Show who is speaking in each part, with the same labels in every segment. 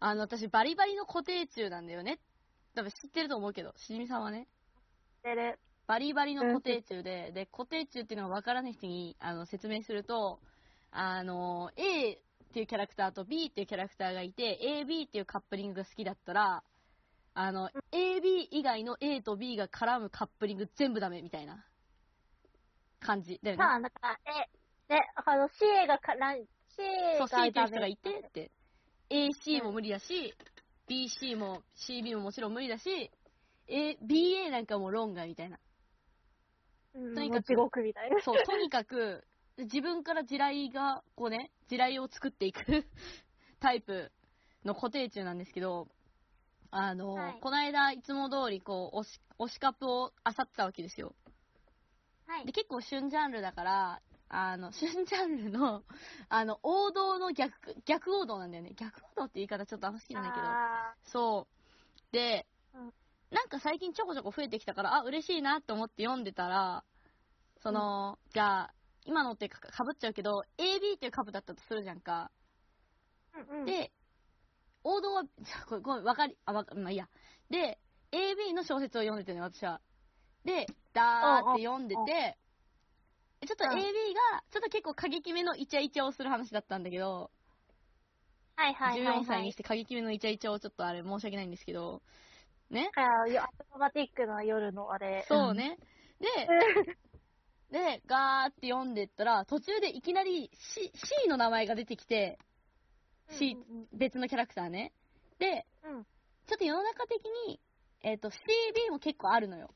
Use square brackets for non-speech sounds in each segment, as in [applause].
Speaker 1: あの、私、バリバリの固定中なんだよね。多分知ってると思うけど、しじみさんはね。
Speaker 2: てる。
Speaker 1: バリバリの固定中で、で、固定中っていうのが分からない人にあの説明すると、あの、A っていうキャラクターと B っていうキャラクターがいて、AB っていうカップリングが好きだったら、あの、AB 以外の A と B が絡むカップリング全部ダメみたいな感じだよね。
Speaker 2: まあ、だから、え、で、あの、CA がから、CA
Speaker 1: そ
Speaker 2: が
Speaker 1: う、C という
Speaker 2: ダ
Speaker 1: 人が
Speaker 2: メ
Speaker 1: いてって。AC も無理だし、BC も CB ももちろん無理だし、A、BA なんかも論外みたいな。
Speaker 2: うん
Speaker 1: とに
Speaker 2: も
Speaker 1: か
Speaker 2: う
Speaker 1: く
Speaker 2: 地獄みたいな。
Speaker 1: [laughs] そう、とにかく、自分から地雷が、こうね、地雷を作っていく [laughs] タイプの固定中なんですけど、あの、
Speaker 2: はい
Speaker 1: この間、いつも通り、こう、推し、推しカップを漁ってたわけですよ。
Speaker 2: は
Speaker 1: [laughs]
Speaker 2: い
Speaker 1: で、。結構旬ジャンルだから、あの、 [laughs] 旬ジャンルの、あの、王道の逆、逆王道なんだよね。逆王道って言い方ちょっとあんま好きじゃないけど。
Speaker 2: あ
Speaker 1: そう。で、
Speaker 2: うん
Speaker 1: なんか最近ちょこちょこ増えてきたから、あ、嬉しいなと思って読んでたら、その、じゃあ、今のってかかぶっちゃうけど、AB っていう株だったとするじゃんか。
Speaker 2: ーうんうん、
Speaker 1: で、王道は、 [laughs] ちょごめんごめん、わかり、あ、わか、まあいいや。で、AB の小説を読んでてね、私は。で、だーって読んで
Speaker 2: うんうん
Speaker 1: て、ちょっと
Speaker 2: うん
Speaker 1: AB が、ちょっと結構過激めのイチャイチャをする話だったんだけど、
Speaker 2: はいはいはい、はい。
Speaker 1: 14歳にして過激めのイチャイチャをちょっとあれ申し訳ないんですけど、ね
Speaker 2: だからよアクロバティックな夜のあれ。
Speaker 1: そうね。で、で、ガーって読んでったら、途中でいきなり C, C の名前が出てきて、
Speaker 2: うん
Speaker 1: C 別のキャラクターね。で、
Speaker 2: うん。は
Speaker 1: ちょっと世の中的に、えっ、と、CB も結構あるのよ。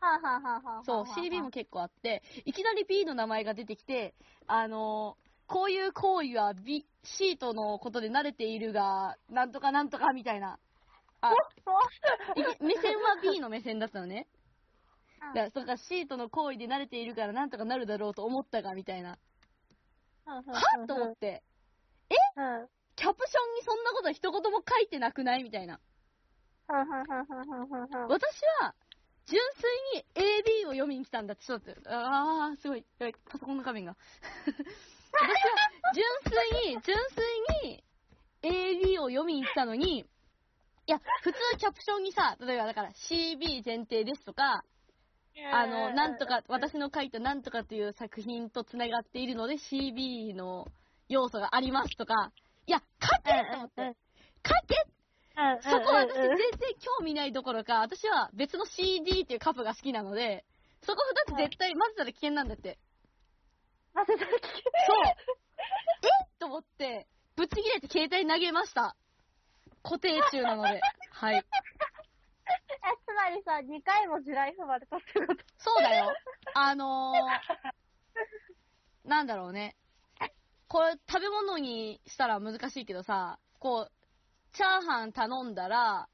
Speaker 2: あ、はあはあはあ、
Speaker 1: そう、
Speaker 2: はあ
Speaker 1: CB も。結構あって、いきなり B の名前が出てきて、あのーこういう行為は B、C とのことで慣れているが、なんとかなんとかみたいな。あ、いき目線は B の目線だったのね。
Speaker 2: うん
Speaker 1: だから、そうか、シートの行為で慣れているからなんとかなるだろうと思ったが、みたいな。
Speaker 2: は
Speaker 1: はっと思って、
Speaker 2: うん。は
Speaker 1: キャプションにそんなこと一言も書いてなくないみたいな。
Speaker 2: あ、はあはあはあはあはあ。
Speaker 1: 私は、純粋に AB を読みに来たんだって、ちょっと待って、あー、すごい、やばいパソコンの画面が。 [laughs] 純粋に、純粋に AB を読みに来たのに、いや、普通キャプションにさ、例えばだから CB 前提ですとか、あの、なんとか、私の書いたなんとかという作品と繋がっているので CB の要素がありますとか、いや、書けと思っ
Speaker 2: うんうんうん
Speaker 1: て。書け
Speaker 2: うん、
Speaker 1: そこは私
Speaker 2: う
Speaker 1: 全
Speaker 2: ん
Speaker 1: 然興味ないどころか、私は別の CD っていうカップが好きなので、そこ二つ絶対混ぜたら危険なんだって。
Speaker 2: まさか聞
Speaker 1: そう。えと思って、ぶち切れて携帯投げました。固定中なので。はい。
Speaker 2: え、つまりさ、2回も地雷踏まれたってこと
Speaker 1: そうだよ。あのー、なんだろうね。これ食べ物にしたら難しいけどさ、こう、チャーハン頼んだら、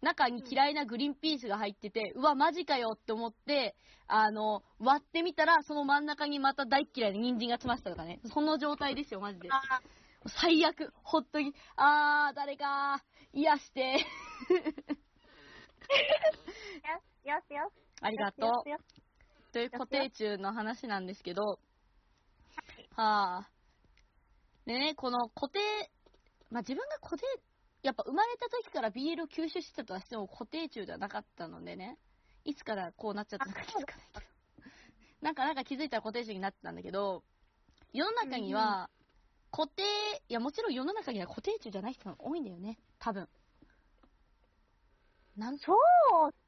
Speaker 1: 中に嫌いなグリーンピースが入ってて、うわ、マジかよって思って、あの、割ってみたら、その真ん中にまた大っ嫌いな人参が詰まってたとかね。その状態ですよ、マジで。
Speaker 2: あ
Speaker 1: 最悪。ほっとき、あー、誰か、癒して。
Speaker 2: ーよしよし。
Speaker 1: あ
Speaker 2: あ
Speaker 1: りがとう。という固定中の話なんですけど、はあ。でね、この固定、まあ、自分が固定、やっぱ生まれた時から BL を吸収してたとはしても固定中ではなかったのでね、いつからこうなっちゃったのか
Speaker 2: あ
Speaker 1: 気づ
Speaker 2: そう
Speaker 1: かないけど。なんか、なんか気づいたら固定中になってたんだけど、世の中には、固定、いやもちろん世の中には固定中じゃない人が多いんだよね、多分。なん
Speaker 2: そう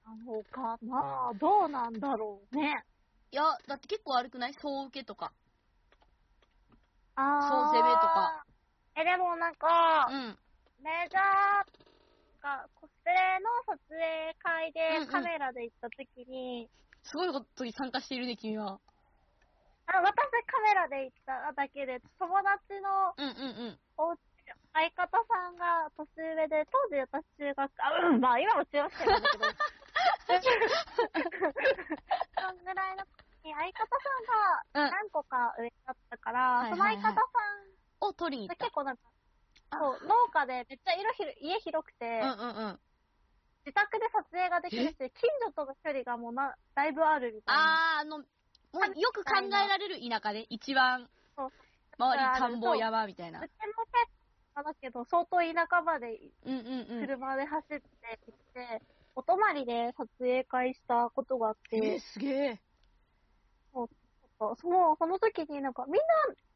Speaker 2: なのかなどうなんだろうね。
Speaker 1: いや、だって結構悪くない総受けとか。
Speaker 2: あ
Speaker 1: そう攻めとか。
Speaker 2: え、でもなんか、
Speaker 1: うん。
Speaker 2: メジャーがコスプレの撮影会
Speaker 1: うんう
Speaker 2: で
Speaker 1: ん
Speaker 2: カメラで行った時に、
Speaker 1: すごいことに参加しているね、君は。
Speaker 2: あ私カメラで行っただけで、友達の
Speaker 1: うんうんうん。
Speaker 2: お家相方さんが年上で、当時私中学、あ、うん、まあ今も中学生なんだ
Speaker 1: [laughs]
Speaker 2: けど、そんぐらいの時に相方さん
Speaker 1: うん
Speaker 2: が何個か上だったから、
Speaker 1: はい
Speaker 2: そ
Speaker 1: はい
Speaker 2: の
Speaker 1: はい
Speaker 2: 相方さ
Speaker 1: を取りに
Speaker 2: ん
Speaker 1: 行っ
Speaker 2: が
Speaker 1: た
Speaker 2: 結。構なんか、
Speaker 1: あ
Speaker 2: そう、農家でめっちゃ色ひろ家広くて、
Speaker 1: うんうんうん。
Speaker 2: 自宅で撮影ができるし、近所との距離がもうな、だいぶあるみたいな。
Speaker 1: あー、あの、もうよく考えられる田舎で、一番
Speaker 2: そう、
Speaker 1: 周り田んぼ山みたいな
Speaker 2: うちも結構、舎だけど、相当田舎まで
Speaker 1: うんうんうん。
Speaker 2: 車で走ってきて、お泊まりで撮影会したことがあっ
Speaker 1: えー
Speaker 2: て、
Speaker 1: すげえ。
Speaker 2: その、その時になんか、みん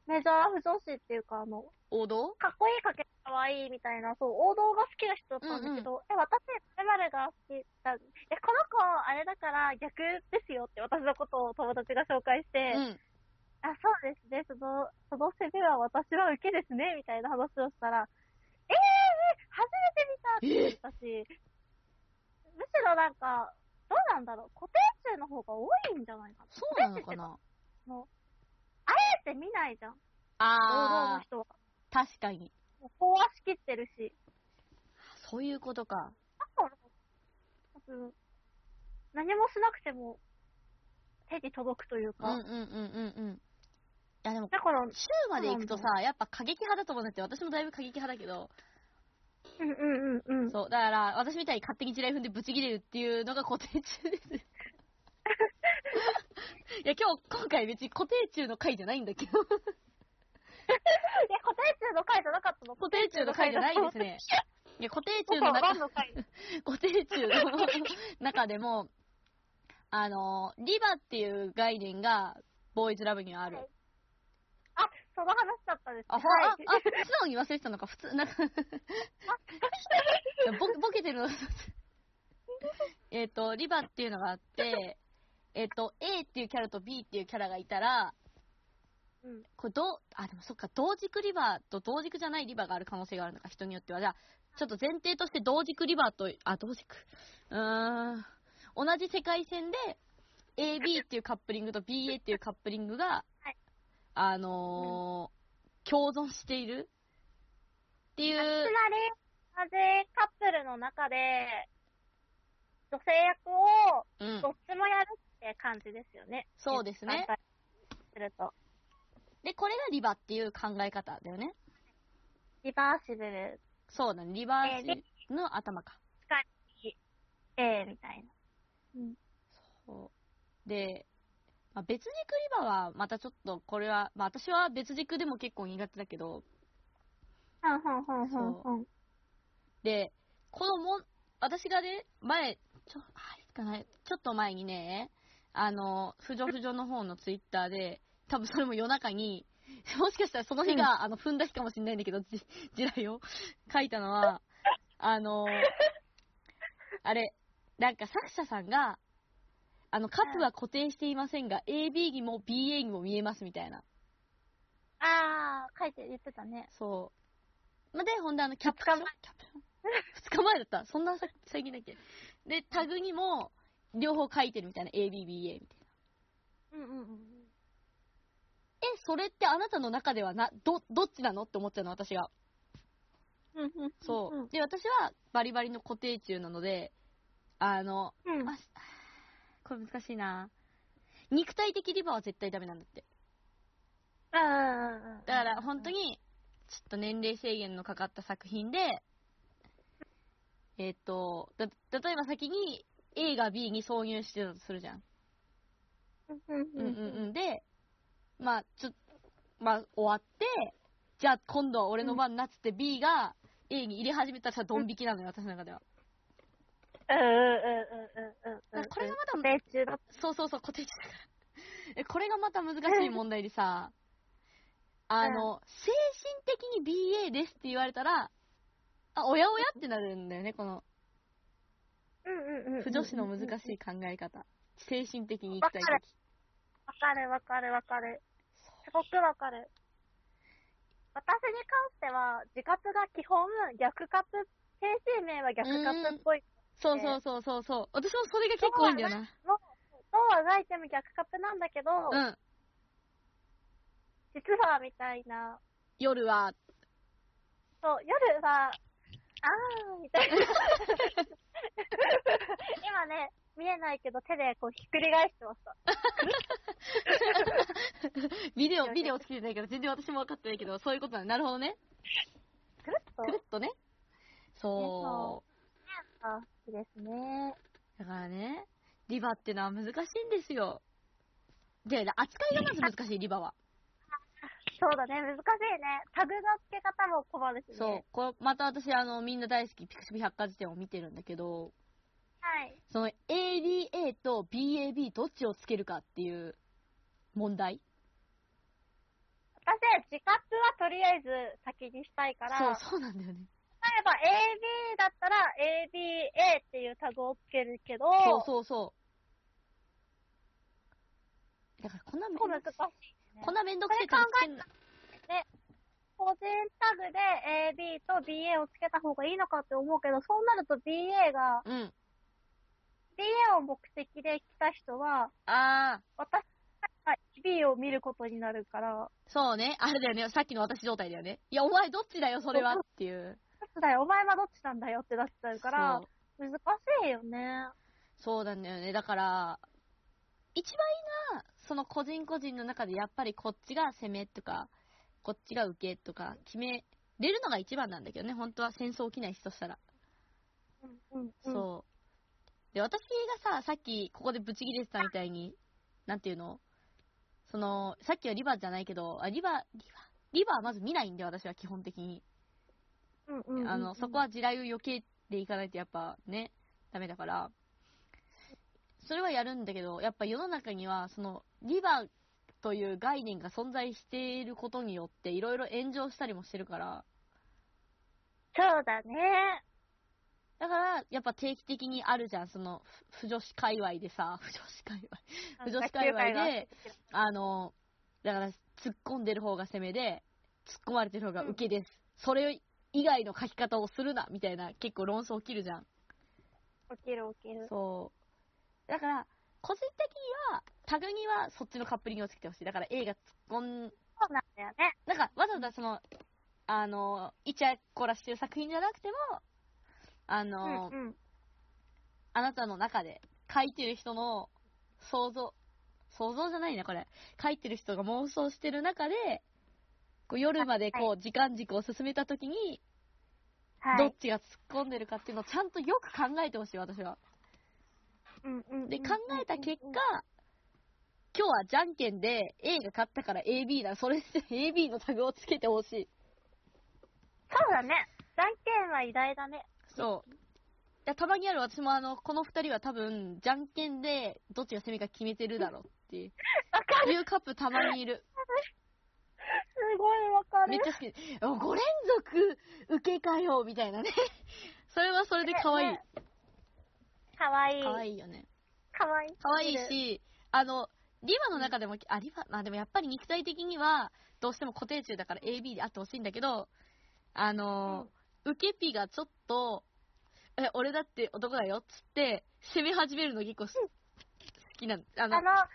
Speaker 2: なメジャー不女子っていうか、あの、
Speaker 1: 王道
Speaker 2: かっこいいかけかわいいみたいな、そう、王道が好きな人だったんだけど、え、私、〇〇が好きだ。え、この子、あれだから逆ですよって私のことを友達が紹介し
Speaker 1: う
Speaker 2: て、
Speaker 1: ん。
Speaker 2: あ、そうですね、その、その攻めは私は受けですね、みたいな話をしたら、えー、初めて見たって言ったし、むしろなんか、どうなんだろう、固定中の方が多いんじゃないかな。
Speaker 1: そうなのか [laughs] な
Speaker 2: あえて見ないじゃん、王道の
Speaker 1: あー、
Speaker 2: 人は。
Speaker 1: 確かに。
Speaker 2: もう飽和しきってるし。
Speaker 1: そういうことか。
Speaker 2: なんだろう、多分、何もしなくても、手に届くという
Speaker 1: うんうん
Speaker 2: か。
Speaker 1: うんうんうん。いやでも、
Speaker 2: だから、
Speaker 1: 中まで行くと
Speaker 2: そう
Speaker 1: さ、やっぱ過激派だと思うんだって、私もだいぶ過激派だけど、
Speaker 2: うんうんうんうん。
Speaker 1: そう、だから、私みたいに勝手に地雷踏んでブチ切れるっていうのが固定中 [laughs] です。いや、今日、今回別に固定中の回じゃないんだけど、
Speaker 2: え、固定中の回じゃなかったの
Speaker 1: 固定中の回じゃないです
Speaker 2: [laughs]
Speaker 1: ね。いや、固定中の中
Speaker 2: 僕はワンの回。
Speaker 1: 固定中の中でも、あの、リバっていう概念が、ボーイズラブにはある。
Speaker 2: あ、その話だったんですね
Speaker 1: あ、ほ
Speaker 2: はい
Speaker 1: あ、あ、素直に忘れてたのか、普通、なんかボ、ボケてるの。えっと、リバっていうのがあって、えっ、と、A っていうキャラと B っていうキャラがいたら、
Speaker 2: うん
Speaker 1: これどう、あ、でもそっか、同軸リバーと同軸じゃないリバーがある可能性があるのか、人によっては。じゃあ、ちょっと前提として同軸リバーと、あ、同軸。うーん。同じ世界線で、AB っていうカップリングと BA っていうカップリングが、
Speaker 2: はい
Speaker 1: あのー共存しているってい
Speaker 2: つまり
Speaker 1: う、、
Speaker 2: 同じカップルの中で、女性役を
Speaker 1: うん
Speaker 2: ど、っちもやるって感じですよね。
Speaker 1: そうですね。
Speaker 2: 簡単にすると。
Speaker 1: で、これがリバっていう考え方だよね。
Speaker 2: リバーシブル、
Speaker 1: そうだね、リバー
Speaker 2: えー
Speaker 1: シの頭か。
Speaker 2: A みたいな。
Speaker 1: そうで、まあ、別軸リバーはまたちょっとこれは、まあ、私は別軸でも結構苦手だけど、
Speaker 2: はんはんはんはんはん。
Speaker 1: で、このもん、私がね、前、ちょ、あれかな、ちょっと前にね、あの、ふじょふじょの方のツイッターで、多分それも夜中に、もしかしたらその日が、あの、踏んだ日かもしれないんだけど、じ地雷を書いたのは、あの、あれ、なんか作者さんが、あの、カップは固定していませんが、AB にも BA にも見えますみたいな。
Speaker 2: あー、書いて言ってたね。
Speaker 1: そう。まあ、で、ほんで、あの、キャップション、キャップ [laughs] ション。2日前だった。そんなさ最近だっけ。で、タグにも、両方書いてるみたいな、ABBA みたいな。
Speaker 2: うんうんうん。
Speaker 1: え、それってあなたの中ではな、ど、どっちなのって思っちゃうの、私が。
Speaker 2: うんうんうん。
Speaker 1: そう。で、私は、バリバリの固定中なので、あの、
Speaker 2: うん。うん
Speaker 1: あ。これ難しいな。肉体的リバーは絶対ダメなんだって。だから、本当
Speaker 2: に。
Speaker 1: に、ちょっと年齢制限のかかった作品で、えっ、と、だ、例えば先に A が B に挿入してたとするじゃん。
Speaker 2: うんうん
Speaker 1: うん
Speaker 2: う
Speaker 1: うんん
Speaker 2: うん。
Speaker 1: うん。で、まあ、ちょ、まあ、終わって、じゃあ今度は俺の番になっつって B が A に入れ始めたらドン引きなのよ、私の中では。
Speaker 2: うんうんうんうんうんうん。
Speaker 1: だからこれがまだ、
Speaker 2: 米中だっ
Speaker 1: そうそうそう、固定値だから。え、これがまた [laughs] 難しい問題でさ、あの、精神的に BA ですって言われたら、あ、おやおやってなるんだよね、この、
Speaker 2: た。うんうんうん。
Speaker 1: 不女子の難しい考え方。精神的に行きたい
Speaker 2: わかるわかるわかるわかる。すごくわかる。私に関しては、自活が基本、逆活、精神面は逆活っぽい。
Speaker 1: そうそうそうそうそう。私もそれが結構多いんだよな。
Speaker 2: そうはないても逆活なんだけど、
Speaker 1: うん。
Speaker 2: 実はみたいな、
Speaker 1: 夜は、
Speaker 2: そう、夜は、あーみたいな。今ね、見えないけど手でこうひっくり返してました。
Speaker 1: ビデオ、ビデオつけてないから全然私も分かってないけど、そういうことなんだなるほどね。
Speaker 2: くるっと。
Speaker 1: くるっとね。そう。
Speaker 2: あ、いいですね。
Speaker 1: だからね、リバってのは難しいんですよ。で、扱いがまず難しい、リバは。
Speaker 2: そうだね、難しいね。タグの付け方も困るしね。
Speaker 1: そう。これ、また私、あの、みんな大好き、ピクシブ百科事典を見てるんだけど、
Speaker 2: はい。
Speaker 1: その ADA と BAB どっちをつけるかっていう問題
Speaker 2: 私、自活はとりあえず先にしたいから、
Speaker 1: そう、そうなんだよね。
Speaker 2: 例えば AB だったら ABA っていうタグをつけるけど、
Speaker 1: そうそうそう。だから、こんなめん
Speaker 2: 結構難しいね。
Speaker 1: こんなめんどくせえからつけんな。
Speaker 2: 個人タグで AB と BA をつけた方がいいのかって思うけど、そうなると BA が、
Speaker 1: うん。
Speaker 2: BA を目的で来た人は、
Speaker 1: あ
Speaker 2: 私が AB を見ることになるから、
Speaker 1: ー、そうね。あれだよね。さっきの私状態だよね。いや、お前どっちだよ、それは
Speaker 2: そう
Speaker 1: っていう。
Speaker 2: どっちだよ、お前はどっちなんだよってなっちゃうから
Speaker 1: そう、
Speaker 2: 難しいよね。
Speaker 1: そうなんだよね。だから、一番いいのは、その個人個人の中でやっぱりこっちが攻めとか、こっちが受けとか決めれるのが一番なんだけどね、本当は戦争起きない人としたら。
Speaker 2: うんうんうん。
Speaker 1: そう。で、私がさ、さっきここでブチ切れてたみたいに、なんていうのその、さっきはリバーじゃないけど、あ、リバー、リバー、リバーはまず見ないんで、私は基本的に。
Speaker 2: うんうんうん
Speaker 1: あの、そこは地雷を避けていかないとやっぱね、ダメだから、それはやるんだけど、やっぱ世の中には、その、リバーという概念が存在していることによって、いろいろ炎上したりもしてるから、
Speaker 2: そうだね。
Speaker 1: だから、やっぱ定期的にあるじゃん、その、不不女子界隈でさ、 [laughs] 不女子界隈、不女子界隈で、あの、だから、突っ込んでる方が攻めで、突っ込まれてる方が受けです。それ以外の書き方をするな、みたいな、結構論争起きるじゃん。
Speaker 2: 起きる起きる。
Speaker 1: そう。だから、個人的には、タグにはそっちのカップリングをつけてほしい。だから A が突っ込ん、
Speaker 2: そうなんだよね。
Speaker 1: なんかわざわざその、あの、イチャコラしてる作品じゃなくても、あの、
Speaker 2: うんうん。
Speaker 1: あなたの中で書いてる人の想像、想像じゃないな、これ。書いてる人が妄想してる中で、こう夜までこう時間軸を進めた時に、
Speaker 2: は
Speaker 1: どっ
Speaker 2: い。
Speaker 1: ちが突っ込んでるかっていうのをちゃんとよく考えてほしい、私は。
Speaker 2: うんうんうん
Speaker 1: で、考えた結
Speaker 2: うんうん
Speaker 1: 果、今日はじゃんけんで A が勝ったから AB だ。それで AB のタグをつけてほしい。
Speaker 2: そうだね。じゃんけんは偉大
Speaker 1: [laughs]
Speaker 2: だね。
Speaker 1: そう。いや、たまにある私もあの、この二人は多分、じゃんけんでどっちが攻めか決めてるだろうっていう。
Speaker 2: わかる。
Speaker 1: いうカップたまにいる。
Speaker 2: すごいわか
Speaker 1: めっ
Speaker 2: る。
Speaker 1: ちゃ好き。お5連続受けかよ、みたいなね。 [laughs] それはそれで可愛い
Speaker 2: ね。かわいい。
Speaker 1: 可愛いよね。
Speaker 2: かわいい。
Speaker 1: 可愛い。し、あの、リバの中でも、あ、リバ、まあでもやっぱり肉体的には、どうしても固定中だから AB であってほしいんだけど、あの、受けピがちょっと、え、俺だって男だよっつって、攻め始めるの結構す好きなの。あ
Speaker 2: あ
Speaker 1: の
Speaker 2: の、あ、の、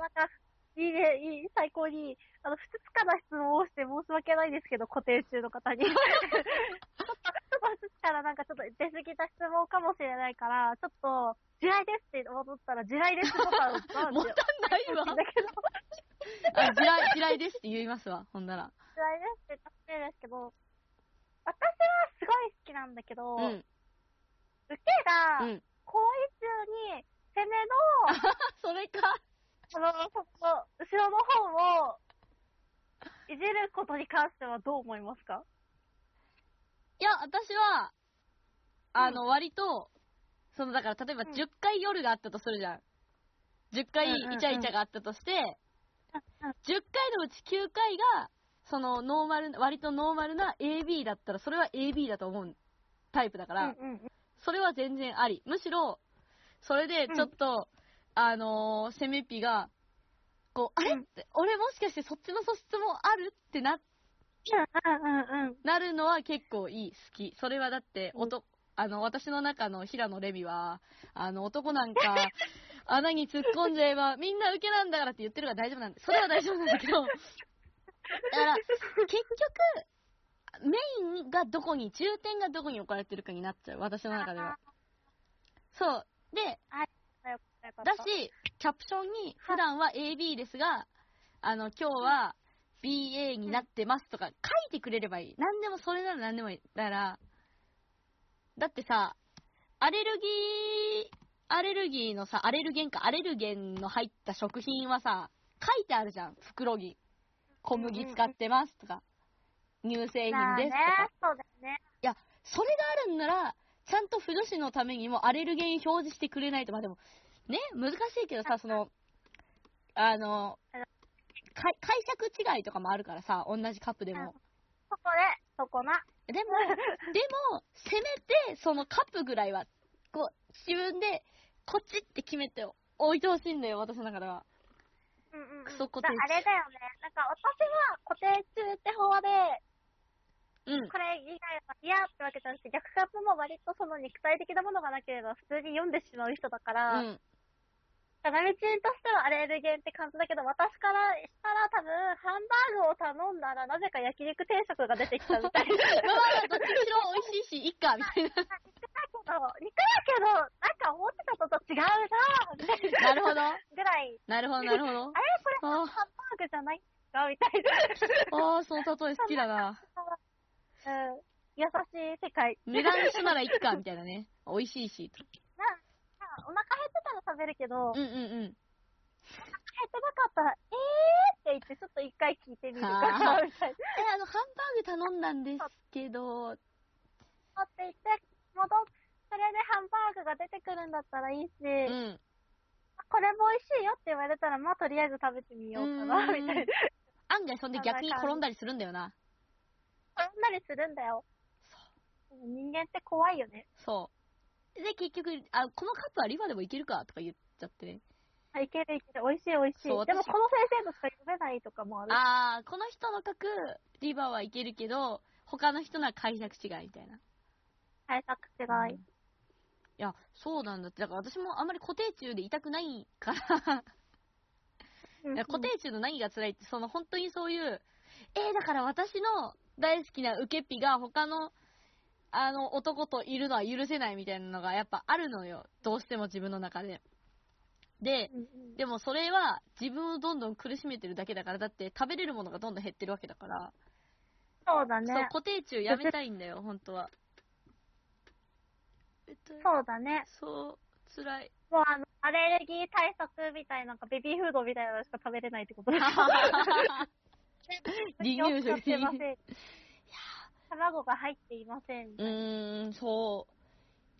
Speaker 2: なんか、いいね、いい、最高に、あの、不つかな質問をして申し訳ないですけど、固定中
Speaker 1: [laughs]
Speaker 2: の方に。ちょっと、ちょっと不つからなんかちょっと出過ぎた質問かもしれないから、ちょっと、地雷ですって戻ったら、地雷ですボタンを押した
Speaker 1: [laughs]
Speaker 2: ん
Speaker 1: もっ
Speaker 2: ですよ。
Speaker 1: たないわ。
Speaker 2: [laughs] だけど、
Speaker 1: あ、地雷、地雷ですって言いますわ、ほんなら。
Speaker 2: 地雷ですって言ったら失礼ですけど、私はすごい好きなんだけど、
Speaker 1: うん、 [laughs]
Speaker 2: 受けが、
Speaker 1: うん。
Speaker 2: 行為中に、攻め
Speaker 1: [laughs]
Speaker 2: の、
Speaker 1: それか。
Speaker 2: あの、そこ、後ろの方を、いじることに関してはどう思いますか
Speaker 1: いや、私は、あの、割と、その、だから、例えば
Speaker 2: うん
Speaker 1: 10回夜があったとするじゃん。10回
Speaker 2: うんうんうん
Speaker 1: イチャイチャがあったとして、
Speaker 2: うん
Speaker 1: 10回のうち9回が、その、ノーマル、割とノーマルな AB だったら、それは AB だと思うタイプだか
Speaker 2: う
Speaker 1: ら、
Speaker 2: んうん。
Speaker 1: それは全然あり。むしろ、それで、ちょっと、あのー、セメピが、こう、あれ
Speaker 2: うん
Speaker 1: って、俺もしかしてそっちの素質もあるってなっ
Speaker 2: うんうんうん。
Speaker 1: なるのは結構いい、好き。それはだって、
Speaker 2: うん
Speaker 1: おと、あの、私の中の平野レミは、あの、男なん
Speaker 2: [laughs]
Speaker 1: か、穴に突っ込んじゃえば、みんな受けなんだからって言ってるから大丈夫なんで、それは大丈夫なんだけ
Speaker 2: [laughs]
Speaker 1: ど、だから、結局、メインがどこに、重点がどこに置かれてるかになっちゃう、私の中では。そう。で、
Speaker 2: よかった
Speaker 1: だ、し、キャプションに、普段は AB ですが、あの、今日は BA になってますとか書いてくれればいい。何でもそれなら何でもいい。だから、だってさ、アレルギー、アレルギーのさ、アレルゲンか、アレルゲンの入った食品はさ、書いてあるじゃん、袋に。小麦使ってますとか、乳製
Speaker 2: ま
Speaker 1: 品
Speaker 2: あ
Speaker 1: で
Speaker 2: ね
Speaker 1: すとか。、
Speaker 2: そうだよね。
Speaker 1: それがあるんなら、ちゃんと不女子のためにもアレルゲン表示してくれないと。まあでも、ね、難しいけどさ、その、あの、か解釈違いとかもあるからさ、同じカップでも。
Speaker 2: そこで、そこな。
Speaker 1: [laughs] でも、でも、せめて、そのカップぐらいは、こう、自分で、こっちって決めて置いてほしいんだよ、私の中では。
Speaker 2: うんうんうん
Speaker 1: クソ固定値
Speaker 2: だあれだよね。なんか私は固定中って法で、
Speaker 1: うん。
Speaker 2: これ以外は嫌ってわけじゃなくて、逆カップも割とその肉体的なものがなければ普通に読んでしまう人だか
Speaker 1: う
Speaker 2: ら、
Speaker 1: ん。
Speaker 2: タナミチンとしてはアレルゲンって感じだけど、私からしたら多分、ハンバーグを頼んだらなぜか焼肉定食が出てきたみ
Speaker 1: [laughs]
Speaker 2: たいな。
Speaker 1: まあまあ、どっちにしろ美味しいし、いっか、みたいな。
Speaker 2: [laughs] 肉だけど、肉だけど、なんか思ってたのと違うなぁみたい
Speaker 1: なるほど。
Speaker 2: ぐらい、
Speaker 1: なるほど、なるほど
Speaker 2: あ。れこれ
Speaker 1: あー
Speaker 2: ハンバーグじゃないんですかみたいな。
Speaker 1: ああ、その例え好きだな。
Speaker 2: うん、優しい世界。
Speaker 1: 値段一緒ならいっか、みたいなね。美味しいし。
Speaker 2: なお腹減ってたら食べるけど、
Speaker 1: うんうん
Speaker 2: 減ってなかったら、えーって言って、ちょっと一回聞いてみるか
Speaker 1: あ
Speaker 2: な、みたいな。
Speaker 1: え、あの、ハンバーグ頼んだんですけど、うん
Speaker 2: って言って、戻っそれでハンバーグが出てくるんだったらいいし、。
Speaker 1: うん
Speaker 2: これも美味しいよって言われたら、まあとりあえず食べてみようかな、
Speaker 1: うん
Speaker 2: みたいな。
Speaker 1: 案外そんで逆に転んだりするんだよな。
Speaker 2: そんなりするんだよ。人間って怖いよね。
Speaker 1: そう。で、結局、あ、このカップはリバでもいけるかとか言っちゃってね。
Speaker 2: あいけるいける、美味しい美味しい。
Speaker 1: そう私
Speaker 2: でもこの先生としか読めないとかもある。
Speaker 1: あー、この人の書くリバはいけるけど、他の人のは解釈違いみたいな。
Speaker 2: 対策違い。
Speaker 1: いや、そうなんだって。だから私もあんまり固定中で痛くないから、
Speaker 2: うんうん
Speaker 1: 固定中の何が辛いって、その本当にそういう、えー、だから私の大好きな受けっぴが他の、あの、男といるのは許せないみたいなのがやっぱあるのよ。どうしても自分の中で。で、
Speaker 2: うんうん
Speaker 1: でもそれは自分をどんどん苦しめてるだけだから、だって食べれるものがどんどん減ってるわけだから、
Speaker 2: そうだ
Speaker 1: そう
Speaker 2: ね。
Speaker 1: 固定中やめたいんだ
Speaker 2: [laughs]
Speaker 1: よ、本当は。
Speaker 2: そうだね。
Speaker 1: そう、辛い。 [laughs]
Speaker 2: もうあの、アレルギー対策みたいな、なんかベビーフードみたいなのしか食べれないってことで
Speaker 1: [laughs]
Speaker 2: す。
Speaker 1: 離乳食
Speaker 2: 気を使ってません。卵が入っていません。
Speaker 1: うーん、そ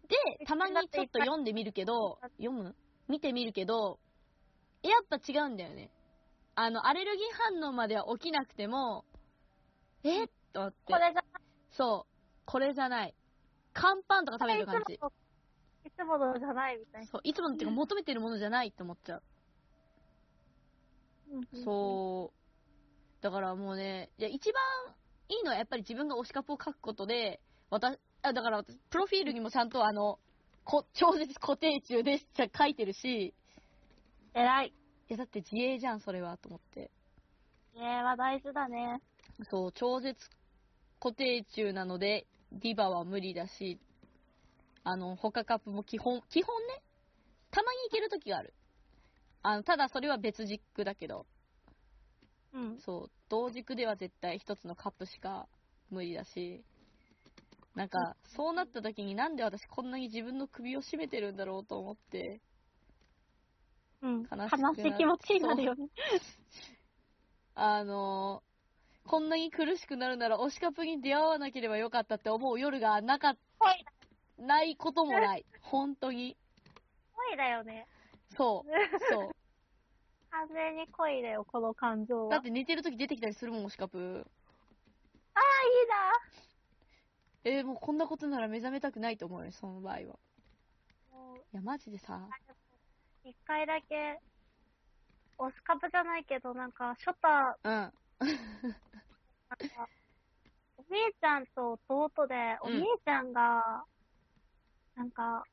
Speaker 1: う。で、たまにちょっと読んでみるけど、読む見てみるけど、やっぱ違うんだよね。あの、アレルギー反応までは起きなくても、えっと思っ
Speaker 2: こ
Speaker 1: て。
Speaker 2: れじゃ
Speaker 1: そう。これじゃない。乾パンとか食べてる感
Speaker 2: い
Speaker 1: じ
Speaker 2: つ。もの、いつものじゃないみたいな。
Speaker 1: そう。いつものっていうか求めてるものじゃないって思っちゃう。そう。だからもうね、いや、一番いいのはやっぱり自分が推しカップを書くことで、私、あだから私、プロフィールにもちゃんとあの、こ超絶固定中でし書いてるし、
Speaker 2: うん。偉い。
Speaker 1: いや、だって自営じゃん、それは、と思って。
Speaker 2: ええは大事だね。
Speaker 1: そう、超絶固定中なので、ディバは無理だし、あの、他カップも基本、基本ね、たまに行けるときがある。あの、ただそれは別軸だけど。
Speaker 2: うん。
Speaker 1: そう、同軸では絶対一つのカップしか無理だし、なんか、そうなった時になんで私こんなに自分の首を絞めてるんだろうと思って、
Speaker 2: う
Speaker 1: 悲
Speaker 2: ん。
Speaker 1: しくな
Speaker 2: 悲しい気持ちになるよね。
Speaker 1: あのーこんなに苦しくなるなら推しカップに出会わなければよかったって思う夜がなかっ
Speaker 2: 恋だ、
Speaker 1: ないこともない。本当に。
Speaker 2: 恋だよね。
Speaker 1: そう、そ
Speaker 2: 完全に恋だよ、この感情 [laughs]
Speaker 1: う。
Speaker 2: は。
Speaker 1: だ
Speaker 2: あ
Speaker 1: って寝てる時出てきたりするもん、推しカップ。
Speaker 2: あ
Speaker 1: えーもうこんなことなら目覚めたくないと思うよ、その場合は。い
Speaker 2: ー、いいな。もう
Speaker 1: や、マジでさ、
Speaker 2: 一回だけ、オスカブじゃないけど、なんか、ショタ、
Speaker 1: うん、
Speaker 2: なんか、お姉ちゃんと弟で、お
Speaker 1: うん
Speaker 2: 姉ちゃんが、なんか、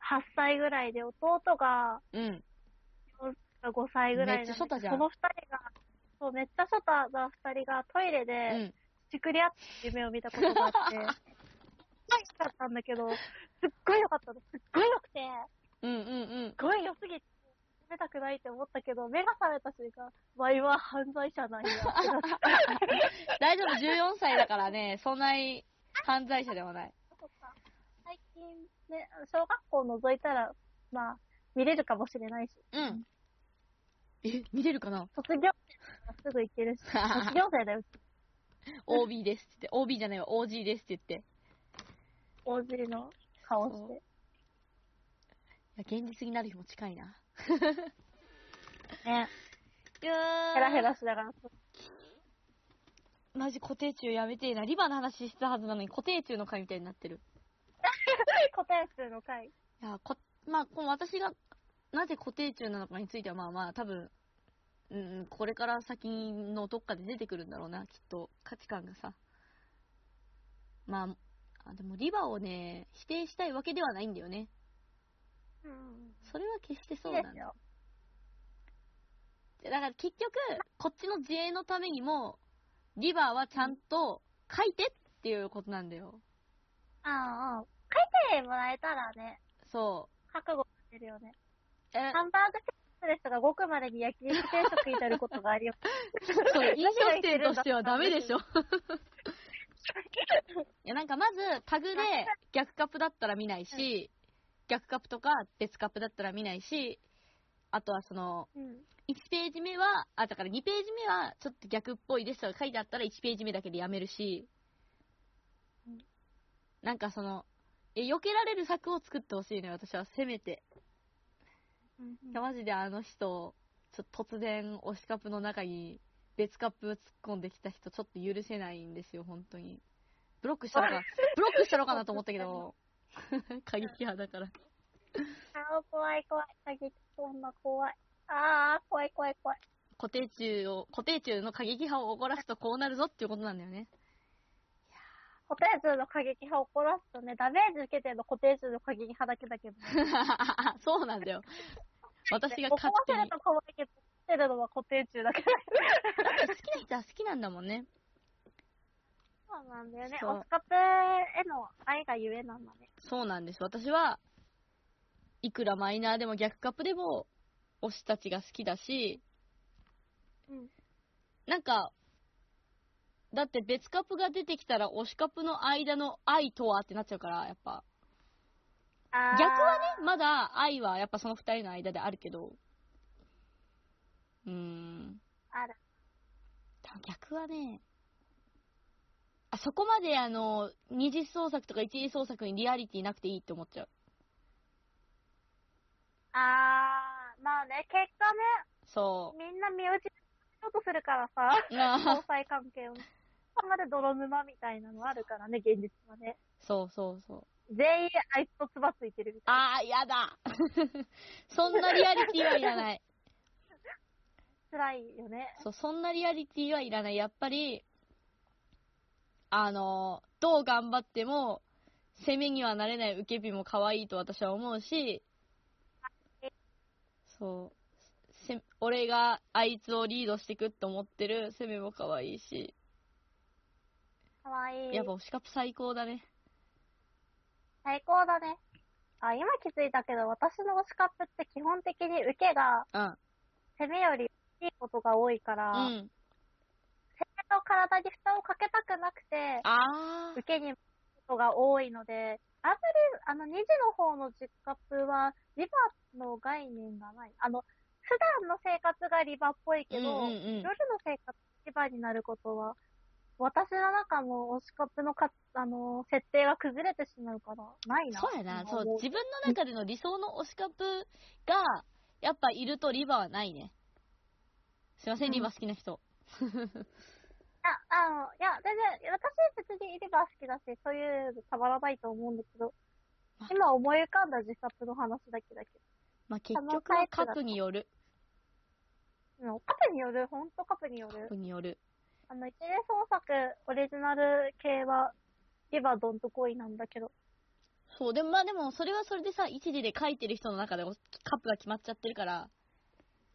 Speaker 2: 8歳ぐらいで、弟が
Speaker 1: うん、
Speaker 2: 5歳ぐら
Speaker 1: め
Speaker 2: いなんだけ
Speaker 1: っちゃショタじ
Speaker 2: ど
Speaker 1: ゃん
Speaker 2: その2人が、そう、めっちゃショタな2人がトイレで、
Speaker 1: うん。
Speaker 2: しくり合ってる夢を見たことがあって、すっごい良かったんだけど、すっごい良かったの。すっごい良くて、
Speaker 1: うんうんうん。
Speaker 2: すごい良すぎて、食べたくないって思ったけど、目が覚めた瞬間、ワイは犯罪者なんやってなって。
Speaker 1: 大丈夫、14歳だからね、そんなに犯罪者ではない。
Speaker 2: 最近ね、小学校覗いたら、まあ、見れるかもしれないし、
Speaker 1: うん。え、見れるかな
Speaker 2: 卒業生すぐ行ける [laughs] し、卒業生だよ、
Speaker 1: OB ですって言って、OB じゃないわ、OG ですって言って。
Speaker 2: OG の顔し
Speaker 1: そう
Speaker 2: て。
Speaker 1: いや、現実になる日も近いな。
Speaker 2: ね。
Speaker 1: いやー
Speaker 2: ヘラヘラしながら。
Speaker 1: マジ固定中やめてえな。リバーの話したはずなのに固定中の回みたいになってる。
Speaker 2: 答え数の回。
Speaker 1: いや、こ、まあ、この私が、なぜ固定中なのかについては、まあまあ、多分、うん、これから先のどっかで出てくるんだろうな、きっと。価値観がさ。まあ、あでもリバーをね、否定したいわけではないんだよね。
Speaker 2: うん。
Speaker 1: それは決して
Speaker 2: い
Speaker 1: そう
Speaker 2: い
Speaker 1: な
Speaker 2: で
Speaker 1: んだ
Speaker 2: す。よ。
Speaker 1: だから結局、こっちの自衛のためにも、リバーはちゃんと書いてっていうことなんだよ。
Speaker 2: ああ、書いてもらえたらね、
Speaker 1: そ
Speaker 2: 覚悟してるよね。
Speaker 1: う。え、
Speaker 2: ハンバーグセットですが、ごくまでに焼き肉定食になることがあります。
Speaker 1: それ飲食店としてはダメでしょ。いや、なんかまず、タグで逆カップだったら見ないし、逆カップとか別カップだったら見ないし、あとはその、
Speaker 2: [laughs] うん。
Speaker 1: 1ページ目は、あ、だから2ページ目はちょっと逆っぽいですとか書いてあったら1ページ目だけでやめるし
Speaker 2: うん、
Speaker 1: なんかその、え、避けられる策を作ってほしいね、私は、せめて。いやマジであの人、ちょっと突然、推しカップの中に別カップ突っ込んできた人、ちょっと許せないんですよ、本当に。ブロックしたのか、ブロックしたのかなと思ったけど、 [laughs] 過激派だから。
Speaker 2: ああ、怖い怖い。過激そんな怖い。ああ、怖い怖い怖い。
Speaker 1: 固定中を、固定中の過激派を怒らすとこうなるぞっていうことなんだよね。 [laughs]
Speaker 2: 固定数の過激派を怒らすとね、ダメージ受けてるの固定数の過激派だけだけど、ね、
Speaker 1: そうなんだよ。私が
Speaker 2: 怒ら
Speaker 1: 勝手
Speaker 2: せ
Speaker 1: に。だ
Speaker 2: ると怖いけど、怒ってるのは固定中だけど。
Speaker 1: って好きな人は好きなんだもんね。
Speaker 2: そうなんだよね。
Speaker 1: そう
Speaker 2: オスカプへの愛がゆえなんだね。
Speaker 1: そうなんです。私は、いくらマイナーでも逆カップでも、推したちが好きだし、
Speaker 2: うん。
Speaker 1: なんか、だって別カップが出てきたら推しカップの間の愛とはってなっちゃうから、やっぱ。
Speaker 2: あー
Speaker 1: 逆はね、まだ愛はやっぱその二人の間であるけど。うーん。
Speaker 2: ある。
Speaker 1: 多分逆はね、あそこまであの、二次創作とか一次創作にリアリティなくていいって思っちゃう。
Speaker 2: あー、まあね、結果ね、
Speaker 1: そ
Speaker 2: みんな身内にしようとするから
Speaker 1: [laughs]
Speaker 2: さ、
Speaker 1: う。な
Speaker 2: 交際関係を。そこまで泥沼みたいなのあるからね、現実はね。
Speaker 1: [laughs] そうそうそう。
Speaker 2: 全員あいつと唾ついてるみたいな。
Speaker 1: あー、やだ [laughs] そんなリアリティはいらない。
Speaker 2: 辛いよね。
Speaker 1: そう、そんなリアリティはいらない。やっぱり、あの、どう頑張っても、攻めにはなれない受け身も可愛いと私は思うし、そう、せ俺があいつをリードしてくって思ってる攻めも可愛いし、
Speaker 2: かわいい。
Speaker 1: やっぱ推しカップ最高だね。
Speaker 2: 最高だね。あ、今気づいたけど、私の推しカップって基本的に受けが
Speaker 1: うん。
Speaker 2: 攻めよりいいことが多いから、
Speaker 1: う
Speaker 2: 攻め
Speaker 1: ん。
Speaker 2: の体に負担をかけたくなくて、
Speaker 1: あー
Speaker 2: 受。けにことが多いので、あんまり、あの、2時の方の実家プは、リバの概念がない。あの、普段の生活がリバっぽいけ
Speaker 1: う
Speaker 2: ど、
Speaker 1: んうんうん
Speaker 2: 夜の生活がリバになることは、私の中の推しカップのか、あの、設定が崩れてしまうから、ないな。
Speaker 1: そうやな、そう、
Speaker 2: 思
Speaker 1: 自分の中での理想の推しカップが、やっぱいるとリバはないね。すいません、リバ好きな人。
Speaker 2: あ、あの、いや、全然、私別にリバ好きだし、そういうのたまらないと思うんだけど
Speaker 1: まあ、
Speaker 2: 今思い浮かんだ自殺の話だけだけ
Speaker 1: まあ、結局は核による。
Speaker 2: ど、でもカプによる、ほんとカプによる
Speaker 1: 核、による。
Speaker 2: あの、一連創作オリジナル系は、リバドンと恋なんだけど、
Speaker 1: そう、でもまあでも、それはそれでさ、一時で書いてる人の中でおカップが決まっちゃってるから、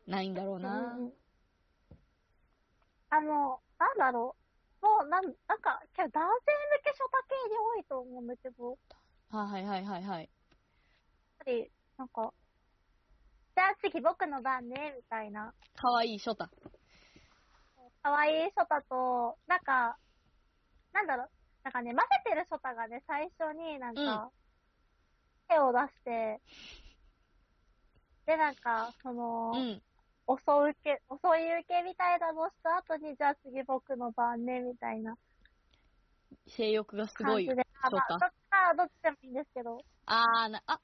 Speaker 1: ないんだろうな。
Speaker 2: うんうんあの、なんだろう、もう、なん、なんか、今日男性向け書多系に多いと思うんだけど、やっ
Speaker 1: はいはいはいはい。
Speaker 2: ぱり、なんか、じゃあ次僕の番ね、みたいな。
Speaker 1: かわいいショタ。
Speaker 2: 可愛いショタと、なんか、なんだろう、なんかね、混ぜてるショタがね、最初になんか、手を出して、で、なんか、その、
Speaker 1: うん。
Speaker 2: 遅受け、遅い受けみたいなのした後に、じゃあ次僕の番ね、みたいな
Speaker 1: 性欲がす
Speaker 2: 感
Speaker 1: ご
Speaker 2: じ
Speaker 1: い
Speaker 2: で。。あま
Speaker 1: そう
Speaker 2: あ、
Speaker 1: か
Speaker 2: どっちか、どっちでもいいんですけど。
Speaker 1: あーな、あ。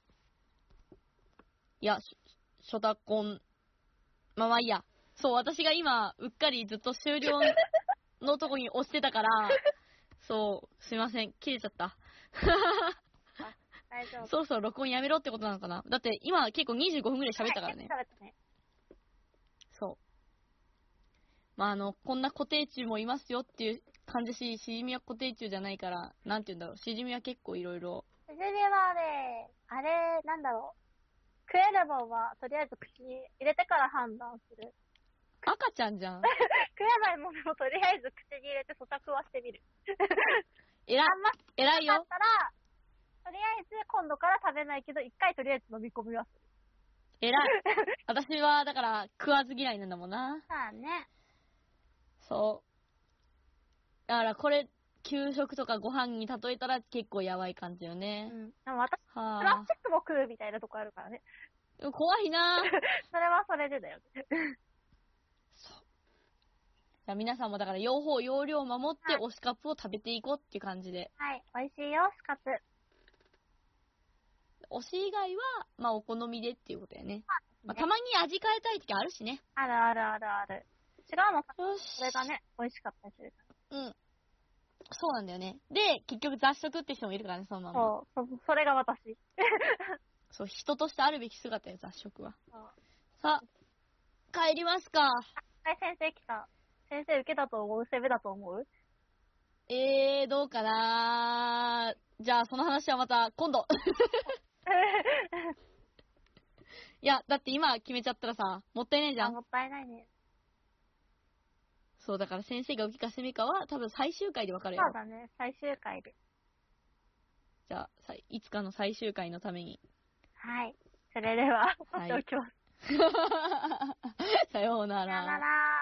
Speaker 1: いや、しショタコン。まあまあいいや。そう、私が今、うっかりずっと終了のとこに押してた
Speaker 2: [laughs]
Speaker 1: から、そう、すいません、切れちゃった。
Speaker 2: 大丈夫。
Speaker 1: そろそろ録音やめろってことなのかなだって今結構25分ぐらい喋ったからね。
Speaker 2: はい結構喋ったね。
Speaker 1: そう。まあ、あの、こんな固定中もいますよっていう感じだし、シジミは固定中じゃないから、なんて言うんだろう、シジミは結構いろいろ、
Speaker 2: シジミはね、あれ、なんだろう。食えるもんは、とりあえず口に入れてから判断する。
Speaker 1: 赤ちゃんじゃん。
Speaker 2: 食えないものをとりあえず口に入れて咀嚼はしてみる。
Speaker 1: えら
Speaker 2: あ、んま
Speaker 1: えらい
Speaker 2: だっ
Speaker 1: よ。
Speaker 2: たら、とりあえず今度から食べないけど、一回とりあえず飲み込みます。
Speaker 1: えらい。私は、だから、食わず嫌いなんだもんな。
Speaker 2: さあね。
Speaker 1: そう。だから、これ、給食とかご飯に例えたら結構やばい感じよ
Speaker 2: う
Speaker 1: ね。
Speaker 2: ん。でも私、プラ
Speaker 1: は
Speaker 2: スチックも食うみたいなとこあるからね。
Speaker 1: あ。怖いなぁ。
Speaker 2: それはそれでだよね。
Speaker 1: じゃあ皆さんもだから、用法、用量を守って、推しカップを食べていこうっていう感じで。
Speaker 2: [laughs] はい。美味しいよ、スカツ。
Speaker 1: 推し以外は、まあ、お好みでっていうことやね。まあ、たまに味変えたい時あるしね。
Speaker 2: あるあるあるある。違うのさ、
Speaker 1: よし。
Speaker 2: それがね、美味しかったりするか
Speaker 1: うん。そうなんだよね。で、結局雑食って人もいるからね、そのま
Speaker 2: ら。
Speaker 1: ま。
Speaker 2: そう、そそれが私。
Speaker 1: そう、人としてあるべき姿よ、雑食は。
Speaker 2: そう
Speaker 1: さあ、帰りますか。
Speaker 2: はい、先生来た。先生受けだと思う攻めだと思う
Speaker 1: えー、どうかなじゃあ、その話はまた今度。 [laughs] いや、だって今決めちゃったらさ、もったいないじゃ
Speaker 2: [laughs] あ、
Speaker 1: ん。
Speaker 2: もったいないね。
Speaker 1: そう、だから先生が受けか攻めかは、多分最終回でわか
Speaker 2: そ
Speaker 1: る
Speaker 2: う
Speaker 1: よ。
Speaker 2: だね、最終回で。
Speaker 1: じゃあ、さいつかの最終回のため
Speaker 2: [laughs]
Speaker 1: に。
Speaker 2: はい。それでは、
Speaker 1: はい
Speaker 2: 取っておきます。
Speaker 1: さよう
Speaker 2: さよなら。